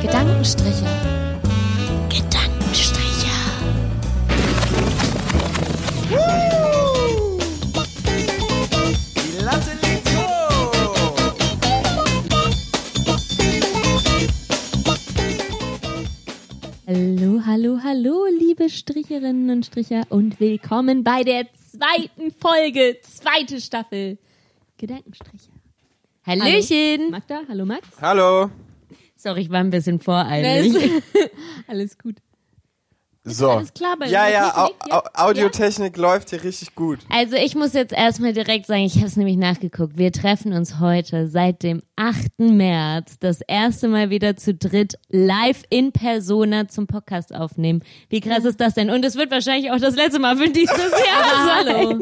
Gedankenstriche. Gedankenstriche. Die Latte liegt hoch. Hallo, hallo, hallo, liebe Stricherinnen und Stricher und willkommen bei der zweiten Folge, zweite Staffel Gedankenstriche. Hallöchen! Magda, hallo Max. Hallo. Sorry, ich war ein bisschen voreilig. Alles gut. So. alles klar bei ja, der ja, au, Technik, ja? au, Audiotechnik läuft hier richtig gut. Also ich muss jetzt erstmal direkt sagen, ich habe es nämlich nachgeguckt. Wir treffen uns heute seit dem 8. März das erste Mal wieder zu dritt live in Persona zum Podcast aufnehmen. Wie krass ist das denn? Und es wird wahrscheinlich auch das letzte Mal für dieses Jahr sein. Hallo.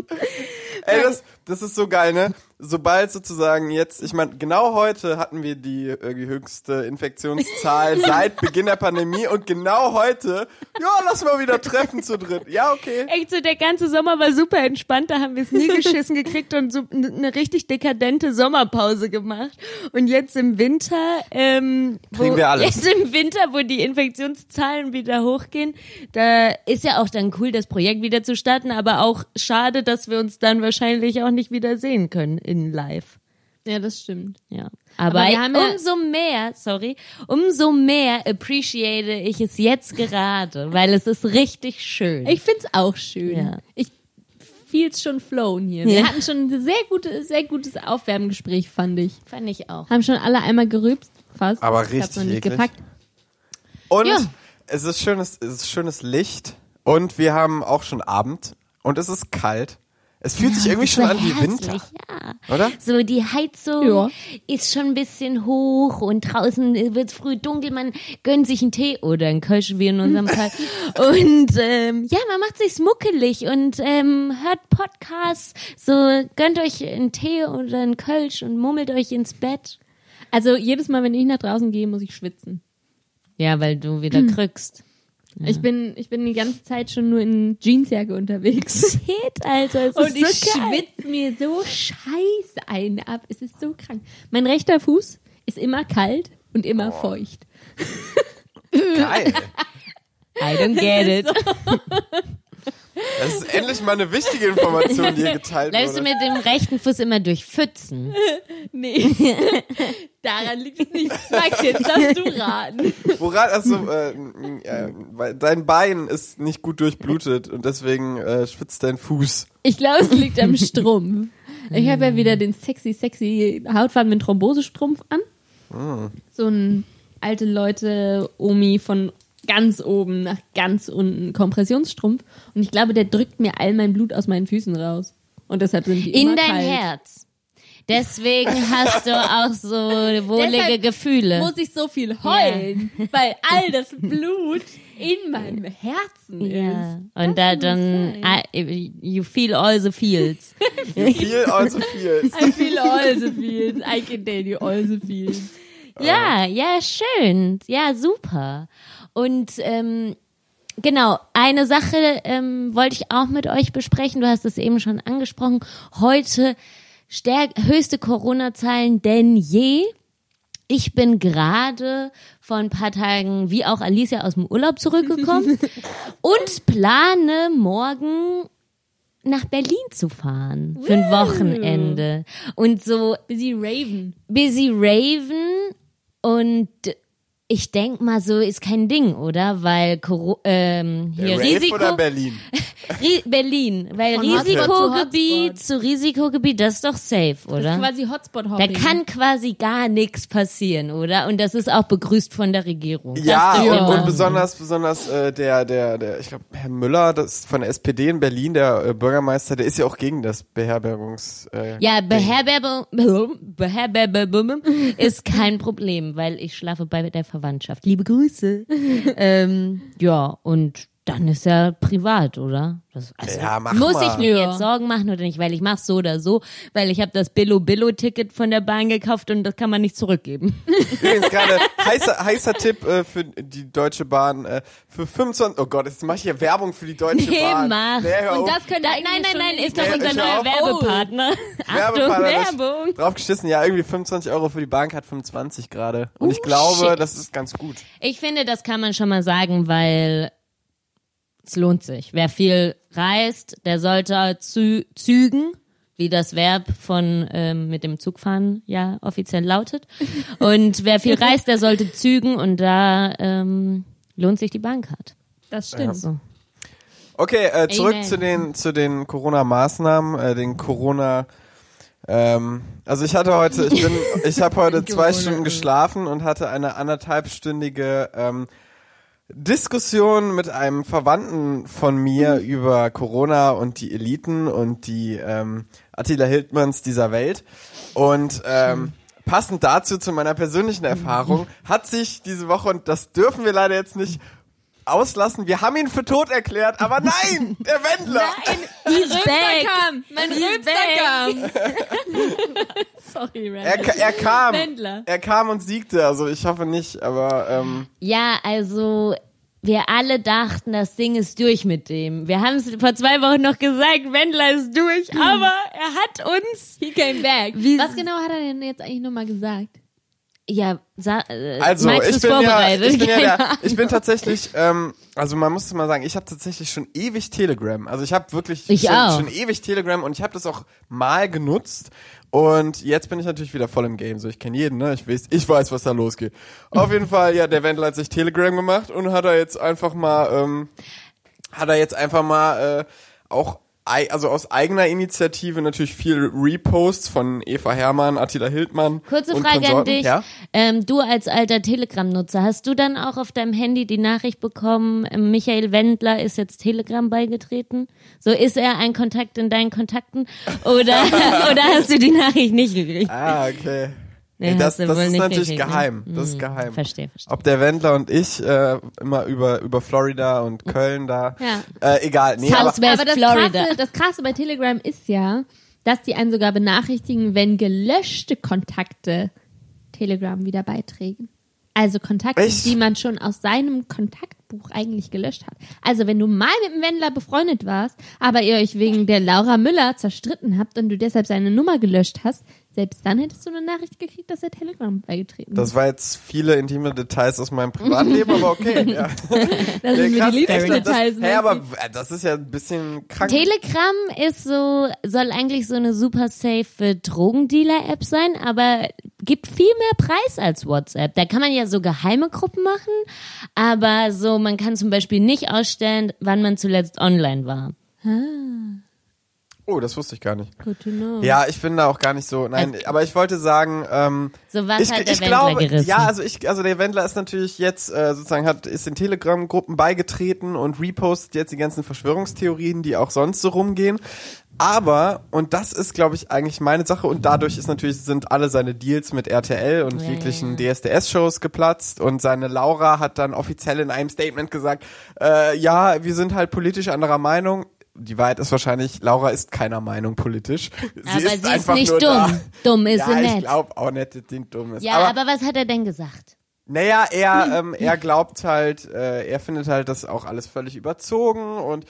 Ey, das, das ist so geil, ne? Sobald sozusagen jetzt, ich meine, genau heute hatten wir die irgendwie höchste Infektionszahl seit Beginn der Pandemie und genau heute, ja, lass mal wieder treffen zu dritt. Ja, okay. Echt so, der ganze Sommer war super entspannt, da haben wir es nie geschissen gekriegt und so n- eine richtig dekadente Sommerpause gemacht. Und jetzt im Winter, ähm, wo, Kriegen wir alles. jetzt im Winter, wo die Infektionszahlen wieder hochgehen, da ist ja auch dann cool, das Projekt wieder zu starten, aber auch schade, dass wir uns dann wahrscheinlich auch nicht wieder sehen können in live. Ja, das stimmt. Ja. Aber, Aber wir haben ja- umso mehr, sorry, umso mehr appreciate ich es jetzt gerade, weil es ist richtig schön. Ich find's auch schön. Ja. Ich feels schon flown hier. Wir Ja. hatten schon ein sehr, gute, sehr gutes Aufwärmgespräch, fand ich. fand ich auch. Haben schon alle einmal gerübst, fast. Aber Ich hab's noch richtig nicht eklig. gepackt. Und Ja. es ist schönes, es ist schönes Licht und wir haben auch schon Abend und es ist kalt. Es fühlt sich irgendwie schon an wie Winter, Ja. oder? So, die Heizung Ja. ist schon ein bisschen hoch und draußen wird es früh dunkel. Man gönnt sich einen Tee Oh, oder einen Kölsch, wie in unserem Fall. Und ähm, ja, man macht sich muckelig und ähm, hört Podcasts. So, gönnt euch einen Tee oder einen Kölsch und mummelt euch ins Bett. Also jedes Mal, wenn ich nach draußen gehe, muss ich schwitzen. Ja, weil du wieder krückst. Ich bin, ich bin die ganze Zeit schon nur in Jeansjacke unterwegs. Shit, Alter, es Und ist ich so geil. schwitze mir so scheiße einen ab. Es ist so krank. Mein rechter Fuß ist immer kalt und immer feucht. Geil. I don't get it. Das ist endlich mal eine wichtige Information, die hier geteilt Läufst du wurde. mit dem rechten Fuß immer durch Pfützen? Nee. Daran liegt es nicht. Max, jetzt darfst du raten. Woran, also, äh, m- äh, weil dein Bein ist nicht gut durchblutet und deswegen äh, schwitzt dein Fuß. Ich glaube, es liegt am Strumpf. Ich habe ja wieder den sexy, sexy Hautfarben mit Thrombosestrumpf an. So ein alte Leute Omi von ganz oben nach ganz unten Kompressionsstrumpf. Und ich glaube, der drückt mir all mein Blut aus meinen Füßen raus. Und deshalb sind die in immer dein kalt. Herz. Deswegen hast du auch so wohlige Deshalb Gefühle. Muss ich so viel heulen, weil all das Blut in meinem Herzen Ja. ist. Und da dann, ah, you feel all the feels. Viel, also viel. I feel all the feels. I can tell you all the feels. ja, ja, schön. Ja, super. Und ähm, genau, eine Sache ähm, wollte ich auch mit euch besprechen. Du hast es eben schon angesprochen. Heute stärk höchste Corona-Zahlen denn je. Ich bin gerade vor ein paar Tagen, wie auch Alicia, aus dem Urlaub zurückgekommen und plane morgen nach Berlin zu fahren für ein Wochenende. Und so Busy Raven. Busy Raven und ich denk mal so ist kein Ding, oder? Weil Coro ähm, hier Rave Äh, Risiko oder Berlin? Ri Berlin, weil Von Hotspot Risikogebiet zu zu Risikogebiet, das ist doch safe, Das ist oder? quasi Da Hotspot-Hopping. kann quasi gar nichts passieren, oder? Und das ist auch begrüßt von der Regierung. Ja, stimmt. und, Ja. und besonders, besonders äh, der, der, der, ich glaube, Herr Müller das von der SPD in Berlin, der äh, Bürgermeister, der ist ja auch gegen das Beherbergungs... Äh, Ja, Beherbergung Beherbergung ist kein Problem, weil ich schlafe bei der Verwandtschaft. Liebe Grüße. ähm, ja, und dann ist ja privat, oder? Das, also, Ja, mach muss mal. ich mir Ja. jetzt Sorgen machen oder nicht? Weil ich mach's so oder so, weil ich habe das Billo Billo Ticket von der Bahn gekauft und das kann man nicht zurückgeben. Übrigens gerade heißer, heißer Tipp äh, für die Deutsche Bahn. Äh, für 25, oh Gott, jetzt mache ich ja Werbung für die Deutsche Nee, Bahn. mach. hör auf. Und das könnte Nein, nein, eigentlich schon nein, ist doch Ja, unser ist neuer auch- Werbepartner. Achtung, Werbepartner, das- Werbung. Drauf geschissen, ja, irgendwie 25 Euro für die Bank hat 25 gerade. Und ich glaube, Uh, shit. das ist ganz gut. Ich finde, das kann man schon mal sagen, weil es lohnt sich. Wer viel reist, der sollte zü zügen, wie das Verb von ähm, mit dem Zugfahren ja offiziell lautet. Und wer viel reist, der sollte zügen und da ähm, lohnt sich die Bahncard. Das stimmt. So. Okay, äh, zurück Amen. zu den zu den Corona-Maßnahmen, äh, den Corona. Ähm, also ich hatte heute, ich bin, ich habe heute zwei Stunden geschlafen und hatte eine anderthalbstündige ähm, Diskussion mit einem Verwandten von mir über Corona und die Eliten und die ähm, Attila Hildmanns dieser Welt. Und ähm, passend dazu zu meiner persönlichen Erfahrung hat sich diese Woche, und das dürfen wir leider jetzt nicht auslassen, wir haben ihn für tot erklärt, aber nein, der Wendler. He's Rülpster back. kam! Mein Rülpster back. kam! Sorry, Rand. Er, ka- er kam. Wendler. Er kam und siegte, also ich hoffe nicht, aber ähm, Ja, also wir alle dachten, das Ding ist durch mit dem. Wir haben es vor zwei Wochen noch gesagt, Wendler ist durch, aber er hat uns Hm. He came back. Wie- Was genau hat er denn jetzt eigentlich nochmal gesagt? Ja, sa äh, also Max ich ist bin, ja, ich vorbereitet. genau. bin ja, Keine der, Ahnung. ich bin tatsächlich, ähm, also man muss mal sagen, ich habe tatsächlich schon ewig Telegram, also ich habe wirklich Ich schon, auch. schon ewig Telegram und ich habe das auch mal genutzt und jetzt bin ich natürlich wieder voll im Game, so ich kenne jeden, ne, ich weiß, ich weiß, was da losgeht. Auf jeden Fall, ja, der Wendler hat sich Telegram gemacht und hat er jetzt einfach mal ähm, hat er jetzt einfach mal äh, auch ei- also aus eigener Initiative natürlich viel Reposts von Eva Hermann, Attila Hildmann. Kurze und Frage an Konsorten. dich. Ja? Ähm, du als alter Telegram-Nutzer, hast du dann auch auf deinem Handy die Nachricht bekommen, ähm, Michael Wendler ist jetzt Telegram beigetreten? So ist er ein Kontakt in deinen Kontakten? Oder, oder hast du die Nachricht nicht gekriegt? Ah, okay. Nee, Nee, das hast du das wohl ist nicht natürlich gekriegt, ne? geheim. Das ist geheim. Verstehe, verstehe. Ob der Wendler und ich äh, immer über, über Florida und Köln da. Ja. Äh, egal. Nee, aber, South West Aber das Florida. Krasse, das Krasse bei Telegram ist ja, dass die einen sogar benachrichtigen, wenn gelöschte Kontakte Telegram wieder beitragen. Also Kontakte, Echt? die man schon aus seinem Kontaktbuch eigentlich gelöscht hat. Also wenn du mal mit dem Wendler befreundet warst, aber ihr euch wegen der Laura Müller zerstritten habt und du deshalb seine Nummer gelöscht hast, selbst dann hättest du eine Nachricht gekriegt, dass er Telegram beigetreten ist. das war jetzt viele intime Details aus meinem Privatleben, aber okay. Ja. Das sind Nee, mir krass, die liebsten echt, das- Details. ne? Hey, aber Maxi. äh, das ist ja ein bisschen krank. Telegram ist so, soll eigentlich so eine super safe Drogendealer-App sein, aber gibt viel mehr Preis als WhatsApp. Da kann man ja so geheime Gruppen machen, aber so, man kann zum Beispiel nicht ausstellen, wann man zuletzt online war. oh, das wusste ich gar nicht. Good to know. Ja, ich bin da auch gar nicht so. Nein, aber ich wollte sagen, ähm, Also So was ich, hat der ich Wendler glaube, gerissen. ja, also ich, also der Wendler ist natürlich jetzt äh, sozusagen hat ist in Telegram-Gruppen beigetreten und repostet jetzt die ganzen Verschwörungstheorien, die auch sonst so rumgehen. Aber und das ist, glaube ich, eigentlich meine Sache und dadurch ist natürlich sind alle seine Deals mit RTL und Ja, jeglichen DSDS-Shows geplatzt und seine Laura hat dann offiziell in einem Statement gesagt, äh, ja, wir sind halt politisch anderer Meinung. Die Wahrheit ist wahrscheinlich, Laura ist keiner Meinung politisch. Sie aber ist sie ist einfach nicht nur dumm. Da. Dumm ist ja, sie ich nett. glaube auch nicht, dass sie dumm ist. Ja, aber, aber was hat er denn gesagt? naja, er, ähm, er glaubt halt, äh, er findet halt das auch alles völlig überzogen und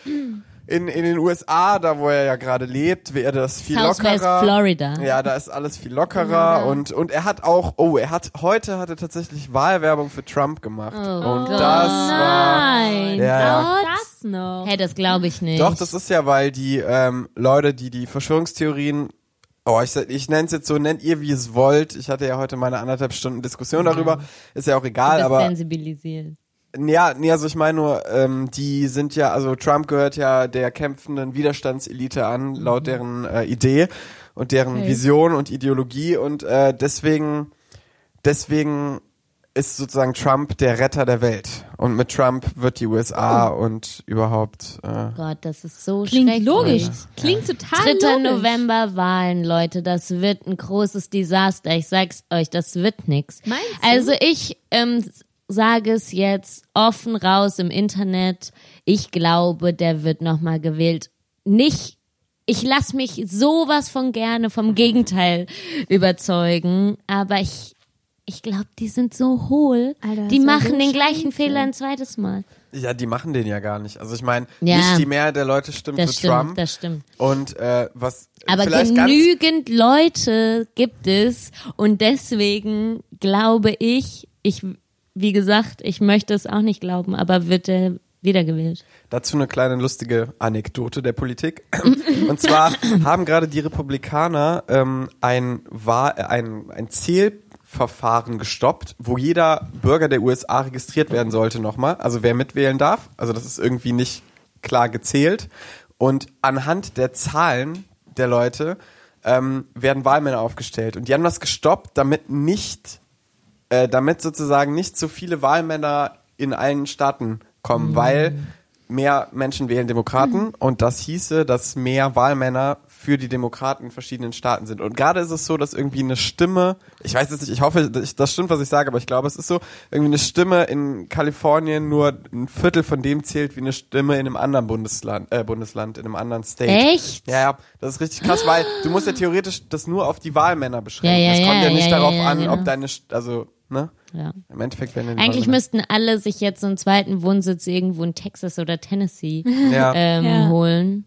in, in den USA, da wo er ja gerade lebt, wäre das viel Southwest lockerer. Florida. Ja, da ist alles viel lockerer und, und er hat auch, oh, er hat, heute hat er tatsächlich Wahlwerbung für Trump gemacht. und Oh Gott. das war, Nein, Ja, ja. Das noch. Hey, das glaube ich nicht. doch, das ist ja, weil die ähm, Leute, die die Verschwörungstheorien, oh, ich, sag- ich nenne es jetzt so, nennt ihr wie es wollt. Ich hatte ja heute meine anderthalb Stunden Diskussion darüber, ist ja auch du egal, bist aber sensibilisiert. Ja, nee, also ich meine nur, ähm, die sind ja, also Trump gehört ja der kämpfenden Widerstandselite an, Mhm. laut deren äh, Idee und deren Vision und Ideologie und äh, deswegen, deswegen ist sozusagen Trump der Retter der Welt und mit Trump wird die USA Oh. und überhaupt. Äh, Gott, das ist so Klingt schrecklich. logisch. Klingt total 3. Ah, logisch. November Wahlen, Leute, das wird ein großes Desaster. Ich sag's euch, das wird nix. Meinst du? Also ich ähm, sage es jetzt offen raus im Internet. Ich glaube, der wird nochmal gewählt. Nicht, ich lasse mich sowas von gerne vom Gegenteil überzeugen, aber ich, ich glaube, die sind so hohl. Alter, die das war machen so den gleichen scheiße. Fehler ein zweites Mal. Ja, die machen den ja gar nicht. Also ich meine, Ja. nicht die Mehrheit der Leute stimmt Das für stimmt, Trump. das stimmt. Und äh, was Aber vielleicht ganz genügend Leute gibt es und deswegen glaube ich, ich, wie gesagt, ich möchte es auch nicht glauben, aber wird er wiedergewählt. Dazu eine kleine lustige Anekdote der Politik. Und zwar haben gerade die Republikaner ähm, ein, Wahl, äh, ein, ein Zählverfahren gestoppt, wo jeder Bürger der USA registriert werden sollte nochmal. Also wer mitwählen darf. Also das ist irgendwie nicht klar gezählt. Und anhand der Zahlen der Leute ähm, werden Wahlmänner aufgestellt. Und die haben das gestoppt, damit nicht äh, damit sozusagen nicht so viele Wahlmänner in allen Staaten kommen, weil mehr Menschen wählen Demokraten und das hieße, dass mehr Wahlmänner für die Demokraten in verschiedenen Staaten sind. Und gerade ist es so, dass irgendwie eine Stimme, ich weiß es nicht, ich hoffe, dass ich- das stimmt, was ich sage, aber ich glaube, es ist so, irgendwie eine Stimme in Kalifornien nur ein Viertel von dem zählt wie eine Stimme in einem anderen Bundesland, äh, Bundesland, in einem anderen State. Echt? Ja, ja, das ist richtig krass, weil du musst ja theoretisch das nur auf die Wahlmänner beschränken. Ja, ja, es kommt ja, ja, nicht ja, darauf ja, ja, an, genau. ob deine, St- also, ne? Ja. Im Endeffekt werden ja die Eigentlich Wahlmänner- müssten alle sich jetzt so einen zweiten Wohnsitz irgendwo in Texas oder Tennessee Ja, ähm, Ja. holen.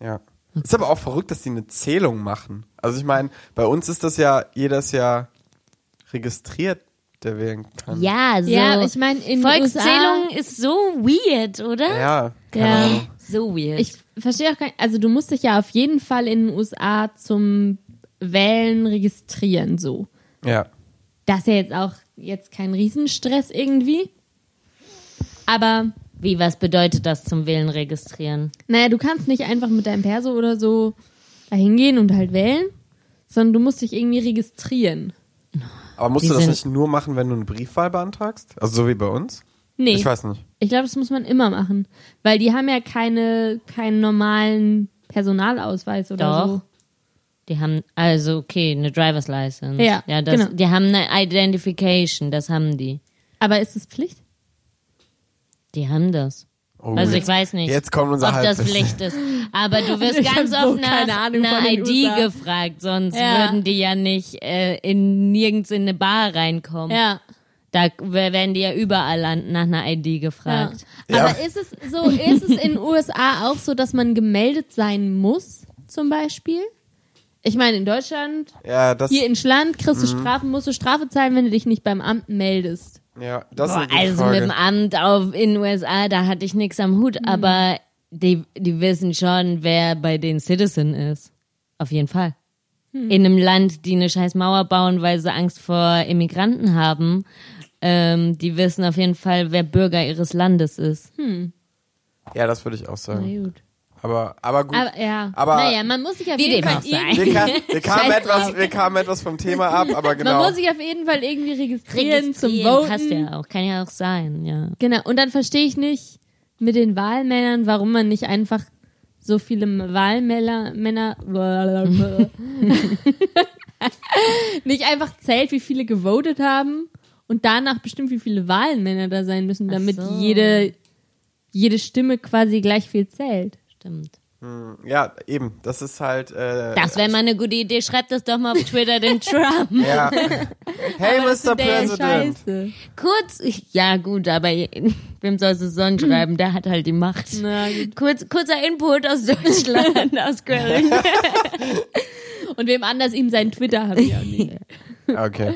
ja. Ist aber auch verrückt, dass die eine Zählung machen. Also ich meine, bei uns ist das ja jedes Jahr registriert, der wählen kann. Ja, so. Ja, ich meine, in den Volkszählung ist so weird, oder? Ja, keine Ja. Ahnung. So weird. Ich verstehe auch gar nicht, also du musst dich ja auf jeden Fall in den USA zum Wählen registrieren, so. Ja. Das ist ja jetzt auch jetzt kein Riesenstress irgendwie. Aber, Wie, was bedeutet das zum Wählen registrieren? naja, du kannst nicht einfach mit deinem Perso oder so dahin gehen und halt wählen, sondern du musst dich irgendwie registrieren. Aber musst Die du das sind- nicht nur machen, wenn du eine Briefwahl beantragst? Also so wie bei uns? Nee. Ich weiß nicht. Ich glaube, das muss man immer machen. Weil die haben ja keine, keinen normalen Personalausweis oder Doch. so. Die haben, also okay, eine Driver's License. Ja, ja das, genau. Die haben eine Identification, das haben die. Aber ist es Pflicht? Die haben das. Oh. Also ich weiß nicht, Jetzt kommt unser ob das Halbwissen. Pflicht ist. Aber du wirst Ich hab ganz so oft keine nach Ahnung von einer den ID USA. gefragt, sonst Ja. würden die ja nicht äh, in nirgends in eine Bar reinkommen. Ja. Da w- werden die ja überall an, nach einer ID ja. gefragt. Ja. Aber ist es so, ist es in den USA auch so, dass man gemeldet sein muss, zum Beispiel? Ich meine, in Deutschland, Ja, das, hier in Schland, kriegst du Mhm. Strafen, musst du Strafe zahlen, wenn du dich nicht beim Amt meldest. ja, das Boah, ist eine gute also Frage. Mhm. mit dem Amt auf in den USA, da hatte ich nix am Hut, aber die, die wissen schon, wer bei den Citizen ist. Auf jeden Fall. Hm. In einem Land, die eine scheiß Mauer bauen, weil sie Angst vor Immigranten haben, ähm, die wissen auf jeden Fall, wer Bürger ihres Landes ist. Hm. ja, das würde ich auch Na sagen. gut. Aber, aber gut. Aber, ja. Aber- naja, man muss sich auf Wie jeden dem Fall auch sei. irgendwie- Wir, kam, wir, kamen Scheiß drauf. etwas, wir kamen etwas vom Thema ab, aber Man genau. muss sich auf jeden Fall irgendwie registrieren, zum Registrieren Voten. Passt ja auch, kann ja auch sein, ja. Genau, und dann verstehe ich nicht mit den Wahlmännern, warum man nicht einfach so viele Wahlmänner Männer, nicht einfach zählt, wie viele gewotet haben und danach bestimmt, wie viele Wahlmänner da sein müssen, damit so. jede, jede Stimme quasi gleich viel zählt. Stimmt. Ja, eben. Das ist halt. Äh, Das wäre mal eine gute Idee. Schreibt das doch mal auf Twitter den Trump. ja. Hey, Mr. Der President. Scheiße. Kurz, ja gut, aber wem soll es sonst Hm. schreiben? Der hat halt die Macht. Na gut. Kurz, kurzer Input aus Deutschland, aus Köln. Und wem anders ihm sein Twitter habe ich auch nicht. Okay.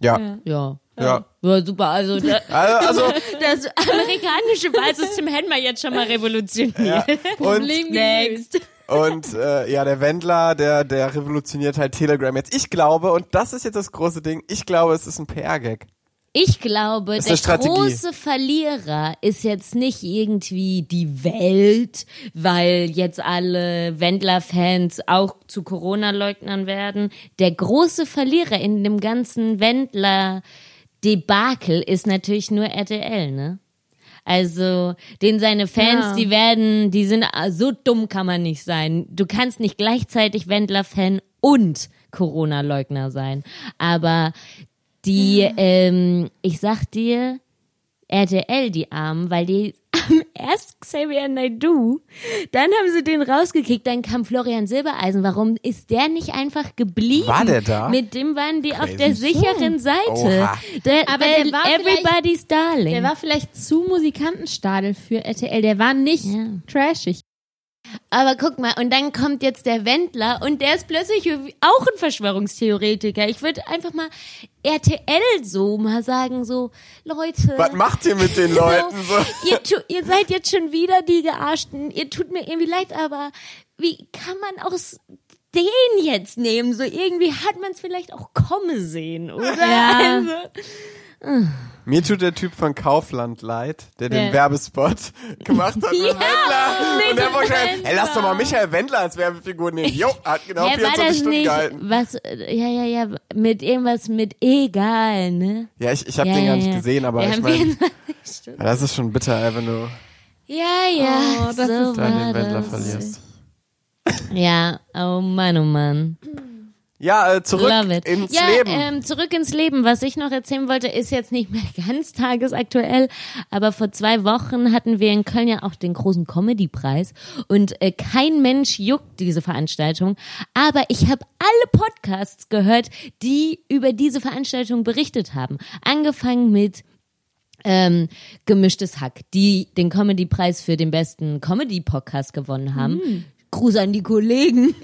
Ja. Ja. Ja. Ja, super. Also da, Also, also das amerikanische Wahlsystem hätten wir jetzt schon mal ja. revolutioniert. Und, Problem gelöst. Next. und äh, ja, der Wendler, der, der revolutioniert halt Telegram jetzt. Ich glaube, und das ist jetzt das große Ding, ich glaube, es ist ein PR-Gag. Ich glaube, Ist der eine Strategie. große Verlierer ist jetzt nicht irgendwie die Welt, weil jetzt alle Wendler-Fans auch zu Corona-Leugnern werden. Der große Verlierer in dem ganzen Wendler-Debakel ist natürlich nur RTL, ne? Also, den seine Fans, Ja. die werden, die sind ah, so dumm kann man nicht sein. Du kannst nicht gleichzeitig Wendler-Fan und Corona-Leugner sein. Aber die, ähm, ich sag dir, RTL, die Armen, weil die haben erst Xavier Naidoo, dann haben sie den rausgekickt, dann kam Florian Silbereisen. Warum ist der nicht einfach geblieben? War der da? Mit dem waren die auf der sicheren Seite. Oha. Der, Aber weil der war Everybody's Darling. Der war vielleicht zu Musikantenstadel für RTL. Der war nicht Ja. trashig. Aber guck mal, und dann kommt jetzt der Wendler und der ist plötzlich auch ein Verschwörungstheoretiker. Ich würde einfach mal RTL so mal sagen, so, Leute. Was macht ihr mit den Leuten? So. ihr, tu, ihr seid jetzt schon wieder die Gearschten. Ihr tut mir irgendwie leid, aber wie kann man aus den jetzt nehmen? So irgendwie hat man es vielleicht auch kommen sehen, oder? Ja. Also, Mir tut der Typ von Kaufland leid, der den Wer? Werbespot gemacht hat mit Ja, Wendler. mit und der war Wendler. geil. Ey, lass doch mal Michael Wendler als Werbefigur nehmen. Jo, hat genau ja, war 24 das Stunden nicht, gehalten. was, ja, ja, ja, mit irgendwas mit egal, ne? Ja, ich, ich habe ja, den ja, gar nicht ja. gesehen, aber Wir ich haben meine, 24 Stunden. das ist schon bitter, ey, wenn du Ja, ja. Oh, das so ist dann war den Wendler das. verlierst. Ja, oh Mann, oh Mann. Ja, äh, zurück Love it. ins ja, Leben. Ähm, zurück ins Leben. Was ich noch erzählen wollte, ist jetzt nicht mehr ganz tagesaktuell, aber vor zwei Wochen hatten wir in Köln ja auch den großen Comedy-Preis und äh, kein Mensch juckt diese Veranstaltung. Aber ich habe alle Podcasts gehört, die über diese Veranstaltung berichtet haben. Angefangen mit ähm, Gemischtes Hack, die den Comedy-Preis für den besten Comedy-Podcast gewonnen haben. Gruß an die Kollegen.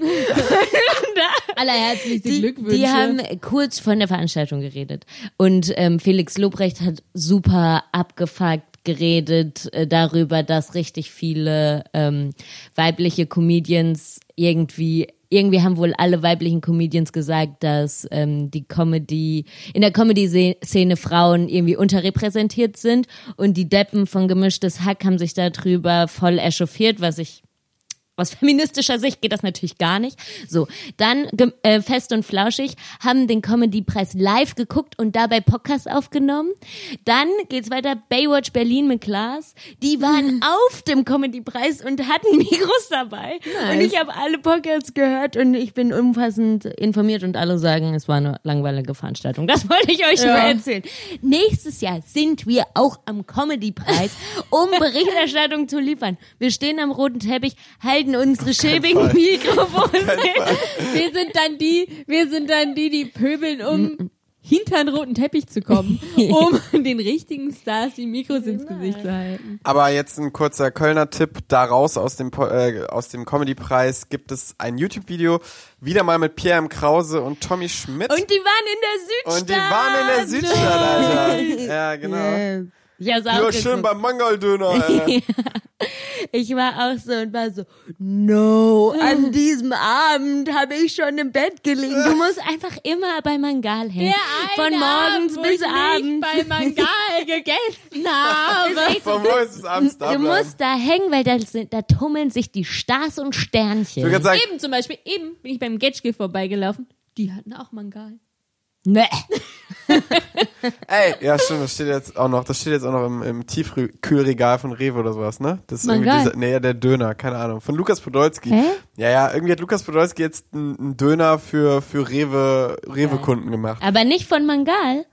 Allerherzlichste Glückwünsche. Die haben kurz von der Veranstaltung geredet. Und ähm, Felix Lobrecht hat super abgefuckt geredet äh, darüber, dass richtig viele ähm, weibliche Comedians irgendwie irgendwie haben wohl alle weiblichen Comedians gesagt, dass ähm, die Comedy in der Comedy-Szene Frauen irgendwie unterrepräsentiert sind und die Deppen von gemischtes Hack haben sich darüber voll echauffiert, was ich aus feministischer Sicht geht das natürlich gar nicht. So, dann gem- äh, fest und flauschig haben den Comedy Preis live geguckt und dabei Podcast aufgenommen. Dann geht's weiter Baywatch Berlin mit Klaas. Die waren auf dem Comedy Preis und hatten Mikros dabei und ich habe alle Podcasts gehört und ich bin umfassend informiert und alle sagen, es war eine langweilige Veranstaltung. Das wollte ich euch nur erzählen. Nächstes Jahr sind wir auch am Comedy-Preis, um Berichterstattung zu liefern. Wir stehen am roten Teppich, halten unsere schäbigen Mikrofone. wir sind dann die, wir sind dann die, die pöbeln, um hinter einen roten Teppich zu kommen, um den richtigen Stars die Mikros ins Gesicht zu halten. Aber jetzt ein kurzer Kölner Tipp. Daraus aus dem, Po- äh, aus dem Comedy-Preis gibt es ein YouTube-Video. Wieder mal mit Pierre M. Krause und Tommy Schmidt. Und die waren in der Südstadt. Und die waren in der Südstadt, Alter. Ja, genau. Ich hab's auch Ja, geguckt. schön beim Mangaldöner, äh, Alter. Ich war auch so und war so, no, an diesem Abend habe ich schon im Bett gelegen. Du musst einfach immer bei Mangal hängen. Von morgens bis abends. bei Mangal gegessen Von morgens bis abends da Du bleiben. musst da hängen, weil da, sind, da tummeln sich die Stars und Ich würde Sternchen. sagen, Eben zum Beispiel, eben bin ich beim Getschke vorbeigelaufen. Die hatten auch Mangal. Nee. ey, ja stimmt, das steht jetzt auch noch, das steht jetzt auch noch im, im Tiefkühlregal von Rewe oder sowas, ne? Das ist irgendwie Mangal. dieser, nee, der Döner, keine Ahnung, von Lukas Podolski. Ja, ja, irgendwie hat Lukas Podolski jetzt einen einen Döner für, für Rewe, Rewe-Kunden gemacht. Aber nicht von Mangal.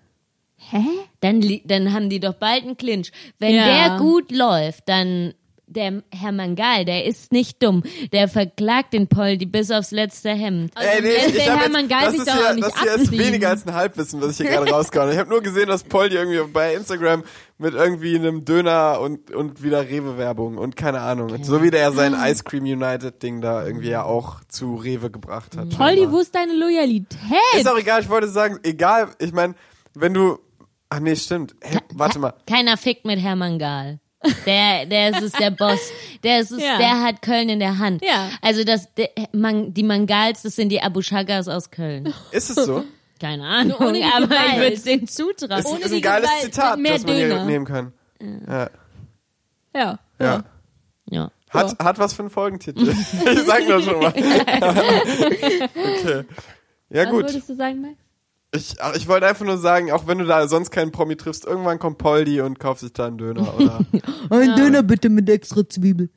Hä? Dann, li- dann haben die doch bald einen Clinch. Wenn Ja. der gut läuft, dann der Herr Mangal, der ist nicht dumm. Der verklagt den Poldi bis aufs letzte Hemd. Ey, nee, lässt der hab Also Hermann Geil das sich ist doch hier, auch nicht das hier ist abziehen. weniger als ein Halbwissen, was ich hier gerade rausgehauen habe. Ich habe nur gesehen, dass Poldi irgendwie bei Instagram mit irgendwie einem Döner und, und wieder Rewe-Werbung und keine Ahnung. So wie der sein Ah. Ice Cream United-Ding da irgendwie ja auch zu Rewe gebracht hat. Poldi, wo ist deine Loyalität? Ist auch egal, ich wollte sagen, egal, ich meine, wenn du. Ach nee, stimmt. Hey, warte mal. Keiner fickt mit Herr Mangal. Der, der ist es der Boss. Der ist es, Ja. der hat Köln in der Hand. Ja. Also das, der, man, die Mangals, das sind die Abu Shagas aus Köln. Ist es so? Keine Ahnung, ohne die aber Gewalt. ich würde es denen zutrauen. Es Ohne ist die ein geiles Gewalt, Zitat, mit mehr das man hier Döner. nehmen kann. Ja. Ja. ja. ja. Hat, hat was für einen Folgentitel. ich sag nur schon mal. okay. Ja, Was gut. würdest du sagen, ne? Max? Ich, ach, ich wollte einfach nur sagen, auch wenn du da sonst keinen Promi triffst, irgendwann kommt Poldi und kauft sich da einen Döner, oder? Ein Döner bitte mit extra Zwiebel.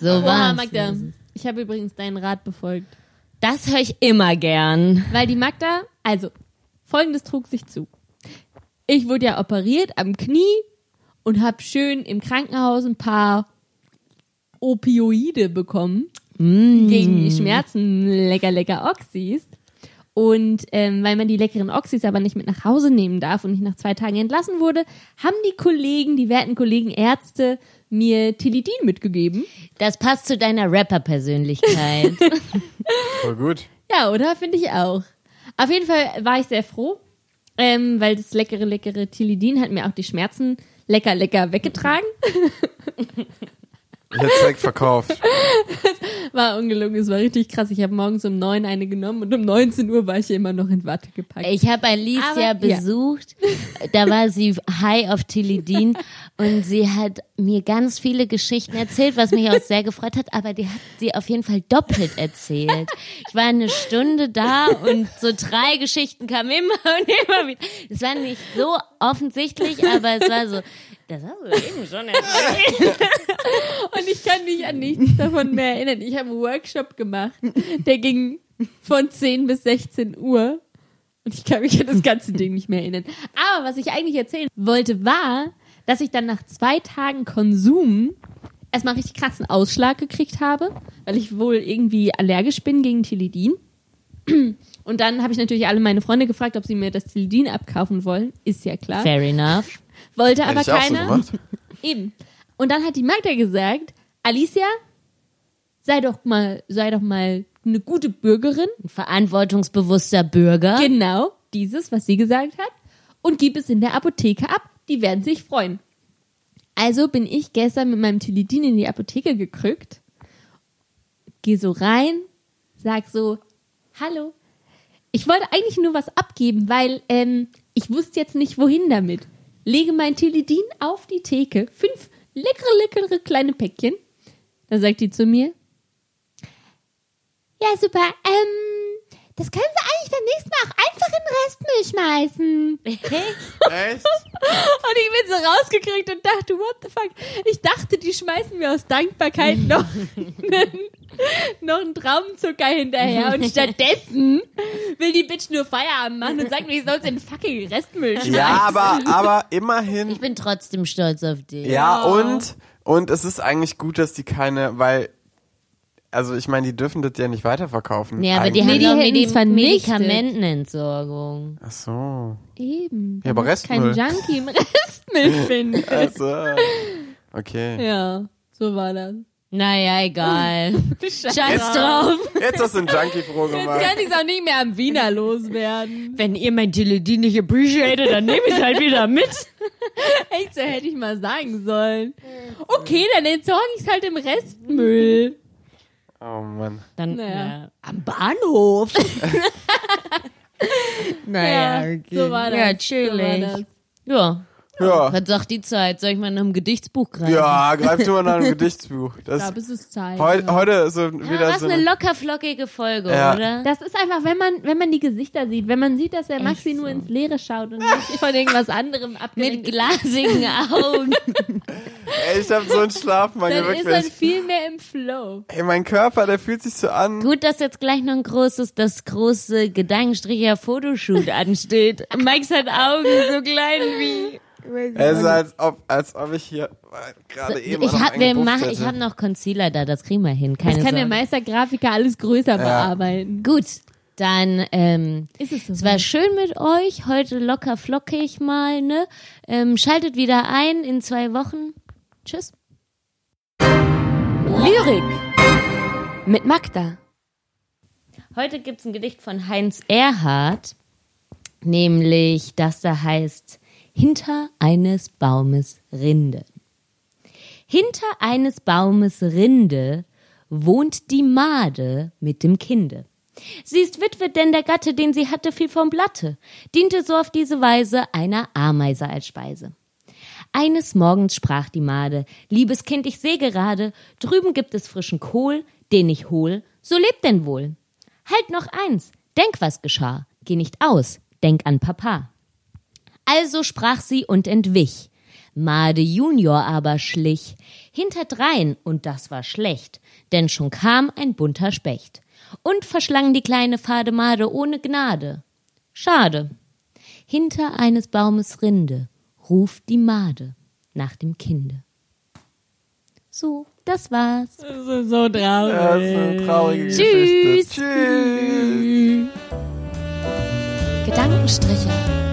So Oha, war's. Magda. Ich habe übrigens deinen Rat befolgt. Das höre ich immer gern. Weil die Magda, also Folgendes trug sich zu. Ich wurde ja operiert am Knie und habe schön im Krankenhaus ein paar Opioide bekommen gegen die Schmerzen. Lecker, lecker Oxys. Und ähm, weil man die leckeren Oxys aber nicht mit nach Hause nehmen darf und ich nach zwei Tagen entlassen wurde, haben die Kollegen, die werten Kollegen Ärzte mir Tilidin mitgegeben. Das passt zu deiner Rapper-Persönlichkeit. Voll gut. Ja, oder? Finde ich auch. Auf jeden Fall war ich sehr froh, ähm, weil das leckere, leckere Tilidin hat mir auch die Schmerzen lecker, lecker weggetragen. Ich hätte direkt verkauft. War ungelungen, es war richtig krass. Ich habe morgens um neun eine genommen und um 19 Uhr war ich immer noch in Watte gepackt. Ich habe Alicia Aber- ja. besucht, da war sie high auf Tilidin und sie hat mir ganz viele Geschichten erzählt, was mich auch sehr gefreut hat, aber die hat sie auf jeden Fall doppelt erzählt. Ich war eine Stunde da und so drei Geschichten kamen immer und immer wieder. Es war nicht so offensichtlich, aber es war so, das hast du eben schon erzählt. Und ich kann mich an nichts davon mehr erinnern. Ich habe einen Workshop gemacht, der ging von 10 bis 16 Uhr. Und ich kann mich an das ganze Ding nicht mehr erinnern. Aber was ich eigentlich erzählen wollte, war, dass ich dann nach zwei Tagen Konsum erstmal richtig krassen Ausschlag gekriegt habe, weil ich wohl irgendwie allergisch bin gegen Tilidin. Und dann habe ich natürlich alle meine Freunde gefragt, ob sie mir das Tilidin abkaufen wollen. Ist ja klar. Fair enough. Wollte aber Hätte ich auch so keiner. gemacht. Eben. Und dann hat die Magda gesagt, Alicia, sei doch mal, sei doch mal eine gute Bürgerin. Ein verantwortungsbewusster Bürger. Genau dieses, was sie gesagt hat. Und gib es in der Apotheke ab. Die werden sich freuen. Also bin ich gestern mit meinem Tilidin in die Apotheke gekrückt. Geh so rein, sag so, hallo. Ich wollte eigentlich nur was abgeben, weil ähm, ich wusste jetzt nicht, wohin damit. Lege mein Tilidin auf die Theke. Fünf leckere, leckere kleine Päckchen. Dann sagt die zu mir, ja, super. Ähm, das können Sie eigentlich beim nächsten Mal auch einfach in den Restmüll schmeißen. Echt? Und ich bin so rausgekriegt und dachte, what the fuck? Ich dachte, die schmeißen mir aus Dankbarkeit noch einen, noch einen Traubenzucker hinterher. Und stattdessen will die Bitch nur Feierabend machen und sagt mir, ich soll in den fucking Restmüll schmeißen. Ja, aber, aber immerhin. Ich bin trotzdem stolz auf dich. Ja, und, und es ist eigentlich gut, dass die keine, weil, also ich meine, die dürfen das ja nicht weiterverkaufen. Ja, aber die eigentlich. haben die doch hätten es mit dem vernichtet. Medikamentenentsorgung. Ach so. Eben. Ja, aber Du musst Kein Restmüll. Junkie im Restmüll finden. Also. Okay. Ja, so war das. Naja, egal. Scheiß drauf. Jetzt hast du einen Junkie froh Jetzt gemacht. kann ich es auch nicht mehr am Wiener loswerden. Wenn ihr mein Teledin nicht appreciated, dann nehme ich es halt wieder mit. Echt, so hätte ich mal sagen sollen. Mhm. Okay, dann entsorge ich es halt im Restmüll. Oh Mann. Dann Naja. ja. am Bahnhof. naja, okay. so war das. Ja, So war chillig. das. ja. Ja. Was sagt die Zeit? Soll ich mal nach einem Gedichtsbuch greifen? Ja, greif du mal nach einem Gedichtsbuch. Da Das, ist es Zeit. heu, heute ist so Ah, wieder was so. eine eine- lockerflockige Folge, Ja. oder? das ist einfach, wenn man, wenn man die Gesichter sieht, wenn man sieht, dass der Maxi nur ins Leere schaut und nicht von irgendwas anderem Mit abgelenkt ist, glasigen Augen. Ey, ich hab so einen Schlafmangel, dann ist man wirklich. viel mehr im Flow. Ey, mein Körper, der fühlt sich so an. Gut, dass jetzt gleich noch ein großes, das große Gedankenstricher Fotoshoot ansteht. Mike's hat Augen so klein wie. Es ist als ob, als ob ich hier äh, gerade eben Ich noch also. hab, einen wir gepufft mach, hätte. ich hab noch Concealer da, das kriegen wir hin. Keine Das kann der Sorge. Meistergrafiker alles größer bearbeiten. Gut, dann ähm, Ist es so? es war schön mit euch. Heute locker flockig mal, ne? Ähm, schaltet wieder ein in zwei Wochen. Tschüss. Lyrik mit Magda. Heute gibt's ein Gedicht von Heinz Erhardt, nämlich das da heißt Hinter eines Baumes Rinde. Hinter eines Baumes Rinde wohnt die Made mit dem Kinde. Sie ist Witwe, denn der Gatte, den sie hatte, fiel vom Blatte, diente so auf diese Weise einer Ameise als Speise. Eines Morgens sprach die Made, liebes Kind, ich seh gerade, drüben gibt es frischen Kohl, den ich hol, so lebt denn wohl. Halt noch eins, denk, was geschah, geh nicht aus, denk an Papa. Also sprach sie und entwich. Made Junior aber schlich hinterdrein, und das war schlecht, denn schon kam ein bunter Specht und verschlang die kleine Fade Made ohne Gnade. Schade, Hinter eines Baumes Rinde ruft die Made nach dem Kinde. So, das war's. Das ist so Das traurig. ist eine traurige Tschüss. Geschichte. Tschüss. Gedankenstriche.